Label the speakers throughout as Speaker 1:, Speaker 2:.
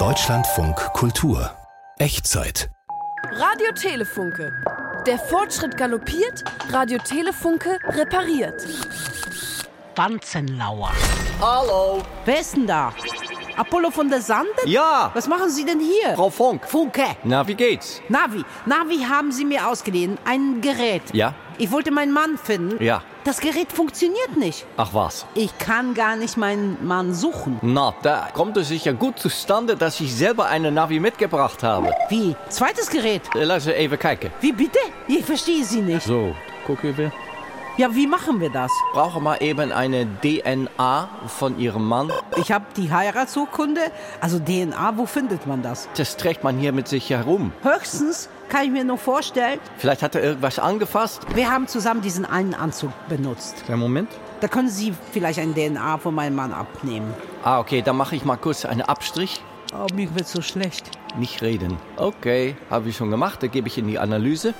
Speaker 1: Deutschlandfunk Kultur. Echtzeit.
Speaker 2: Radio Telefunke. Der Fortschritt galoppiert, Radio Telefunke repariert.
Speaker 3: Banzenlauer.
Speaker 4: Hallo,
Speaker 3: Wer ist denn da? Apollo von der Sanden?
Speaker 4: ja,
Speaker 3: Was machen Sie denn hier?
Speaker 4: Ah, Frau Funk.
Speaker 3: Funke.
Speaker 4: Na, wie geht's?
Speaker 3: Navi. Navi haben Sie mir ausgeliehen. Ein Gerät.
Speaker 4: Ja?
Speaker 3: Ich wollte meinen Mann finden.
Speaker 4: Ja.
Speaker 3: Das Gerät funktioniert nicht.
Speaker 4: Ach was.
Speaker 3: Ich kann gar nicht meinen Mann suchen.
Speaker 4: Na, da kommt es sicher gut zustande, dass ich selber eine Navi mitgebracht habe.
Speaker 3: Wie? Zweites Gerät.
Speaker 4: Äh, Lass uns even kijken.
Speaker 3: Wie bitte? Ich verstehe Sie nicht.
Speaker 4: So, gucken wir.
Speaker 3: Ja, wie machen wir das?
Speaker 4: Brauche mal eben eine DNA von Ihrem Mann.
Speaker 3: Ich habe die Heiratsurkunde, also DNA, wo findet man das?
Speaker 4: Das trägt man hier mit sich herum.
Speaker 3: Höchstens kann ich mir nur vorstellen,
Speaker 4: Vielleicht hat er irgendwas angefasst.
Speaker 3: wir haben zusammen diesen einen Anzug benutzt.
Speaker 4: Kleinen Moment.
Speaker 3: Da können Sie vielleicht ein DNA von meinem Mann abnehmen.
Speaker 4: Ah, okay, dann mache ich mal kurz einen Abstrich.
Speaker 3: Oh, mir wird so schlecht.
Speaker 4: Nicht reden. Okay, habe ich schon gemacht. Da gebe ich in die Analyse.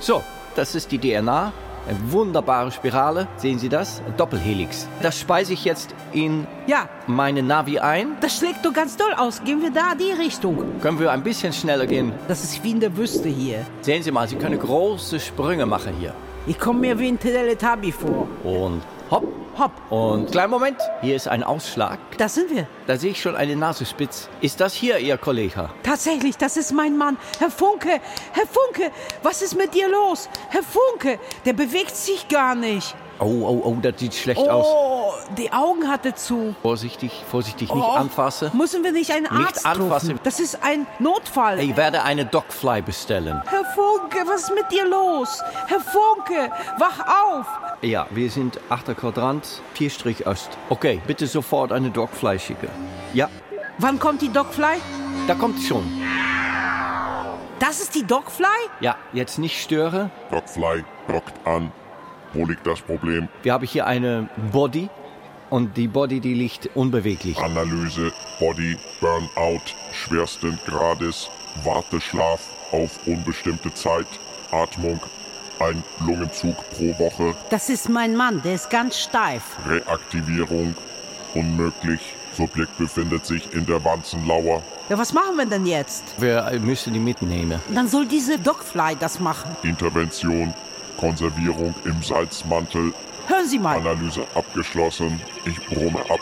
Speaker 4: So, das ist die DNA. Eine wunderbare Spirale. Sehen Sie das? Doppelhelix. Das speise ich jetzt in
Speaker 3: Ja,
Speaker 4: meine Navi ein.
Speaker 3: das schlägt doch ganz doll aus. Gehen wir da die Richtung.
Speaker 4: Können wir ein bisschen schneller gehen?
Speaker 3: Das ist wie in der Wüste hier.
Speaker 4: Sehen Sie mal, Sie können große Sprünge machen hier.
Speaker 3: Ich komme mir wie ein Teletubby vor.
Speaker 4: Und hopp.
Speaker 3: Hopp,
Speaker 4: Und kleinen Moment. Hier ist ein Ausschlag.
Speaker 3: da sind wir.
Speaker 4: Da sehe ich schon eine Nasenspitz. Ist das hier Ihr Kollege?
Speaker 3: Tatsächlich, das ist mein Mann. Herr Funke, Herr Funke, was ist mit dir los? Herr Funke, der bewegt sich gar nicht.
Speaker 4: Oh, oh, oh, das sieht schlecht aus.
Speaker 3: Oh, die Augen hat er zu.
Speaker 4: Vorsichtig, vorsichtig, nicht
Speaker 3: oh,
Speaker 4: anfassen.
Speaker 3: Müssen wir nicht einen
Speaker 4: Nicht
Speaker 3: Arzt
Speaker 4: anfassen.
Speaker 3: rufen? Das ist ein Notfall.
Speaker 4: Ich werde eine Dogfly bestellen.
Speaker 3: Herr Funke, was ist mit dir los? Herr Funke, wach auf.
Speaker 4: Ja, wir sind 8. Quadrant, 4 Öst. Okay, bitte sofort eine Dogfly schicken. Ja,
Speaker 3: Wann kommt die Dogfly?
Speaker 4: da kommt sie schon.
Speaker 3: Das ist die Dogfly?
Speaker 4: Ja, jetzt nicht störe.
Speaker 5: Dogfly dockt an. Wo liegt das Problem?
Speaker 4: Wir haben hier eine Body und die Body, die liegt unbeweglich.
Speaker 5: Analyse, Body, Burnout, schwersten Grades, Warteschlaf auf unbestimmte Zeit, Atmung, ein Lungenzug pro Woche,
Speaker 3: Das ist mein Mann, der ist ganz steif.
Speaker 5: Reaktivierung, unmöglich. Subjekt befindet sich in der Wanzenlauer.
Speaker 3: Ja, was machen wir denn jetzt?
Speaker 4: Wir äh, müssen die mitnehmen.
Speaker 3: Dann soll diese Dogfly das machen.
Speaker 5: Intervention, Konservierung im Salzmantel,
Speaker 3: Hören Sie mal.
Speaker 5: Analyse abgeschlossen. Ich brumme ab.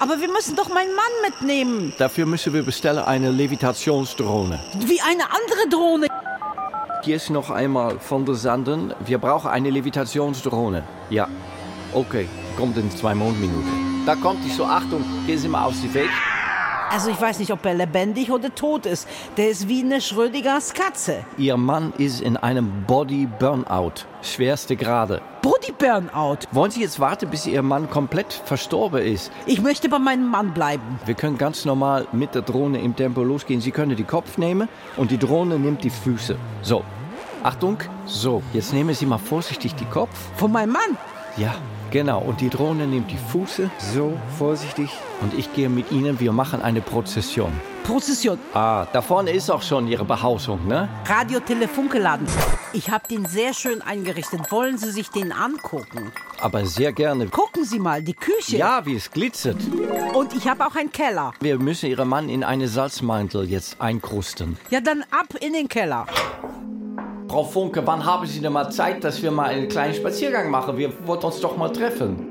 Speaker 3: Aber wir müssen doch meinen Mann mitnehmen.
Speaker 4: Dafür müssen wir bestellen eine Levitationsdrohne.
Speaker 3: Wie eine andere Drohne.
Speaker 4: Hier ist noch einmal von der Sanden. Wir brauchen eine Levitationsdrohne. Ja, okay, kommt in zwei Mondminuten. Da kommt die so, Achtung, gehen Sie mal aus dem Weg.
Speaker 3: Also ich weiß nicht, ob er lebendig oder tot ist. Der ist wie eine Schrödingers Katze.
Speaker 4: Ihr Mann ist in einem Body Burnout, schwerste Grade.
Speaker 3: Body Burnout.
Speaker 4: Wollen Sie jetzt warten, bis Ihr Mann komplett verstorben ist?
Speaker 3: Ich möchte bei meinem Mann bleiben.
Speaker 4: Wir können ganz normal mit der Drohne im Tempo losgehen. Sie können die Kopf nehmen und die Drohne nimmt die Füße. So, Achtung. So, jetzt nehmen Sie mal vorsichtig die Kopf.
Speaker 3: Von meinem Mann?
Speaker 4: Ja, genau. Und die Drohne nimmt die Füße. So, vorsichtig. Und ich gehe mit Ihnen. Wir machen eine Prozession.
Speaker 3: Prozession.
Speaker 4: Ah, da vorne ist auch schon Ihre Behausung, ne?
Speaker 3: Radio Telefunkeladen. Ich habe den sehr schön eingerichtet. Wollen Sie sich den angucken?
Speaker 4: Aber sehr gerne.
Speaker 3: Gucken Sie mal, die Küche.
Speaker 4: Ja, wie es glitzert.
Speaker 3: Und ich habe auch einen Keller.
Speaker 4: Wir müssen Ihren Mann in einen Salzmantel jetzt einkrusten.
Speaker 3: Ja, dann ab in den Keller.
Speaker 4: Frau Funke, wann haben Sie denn mal Zeit, dass wir mal einen kleinen Spaziergang machen? Wir wollten uns doch mal treffen.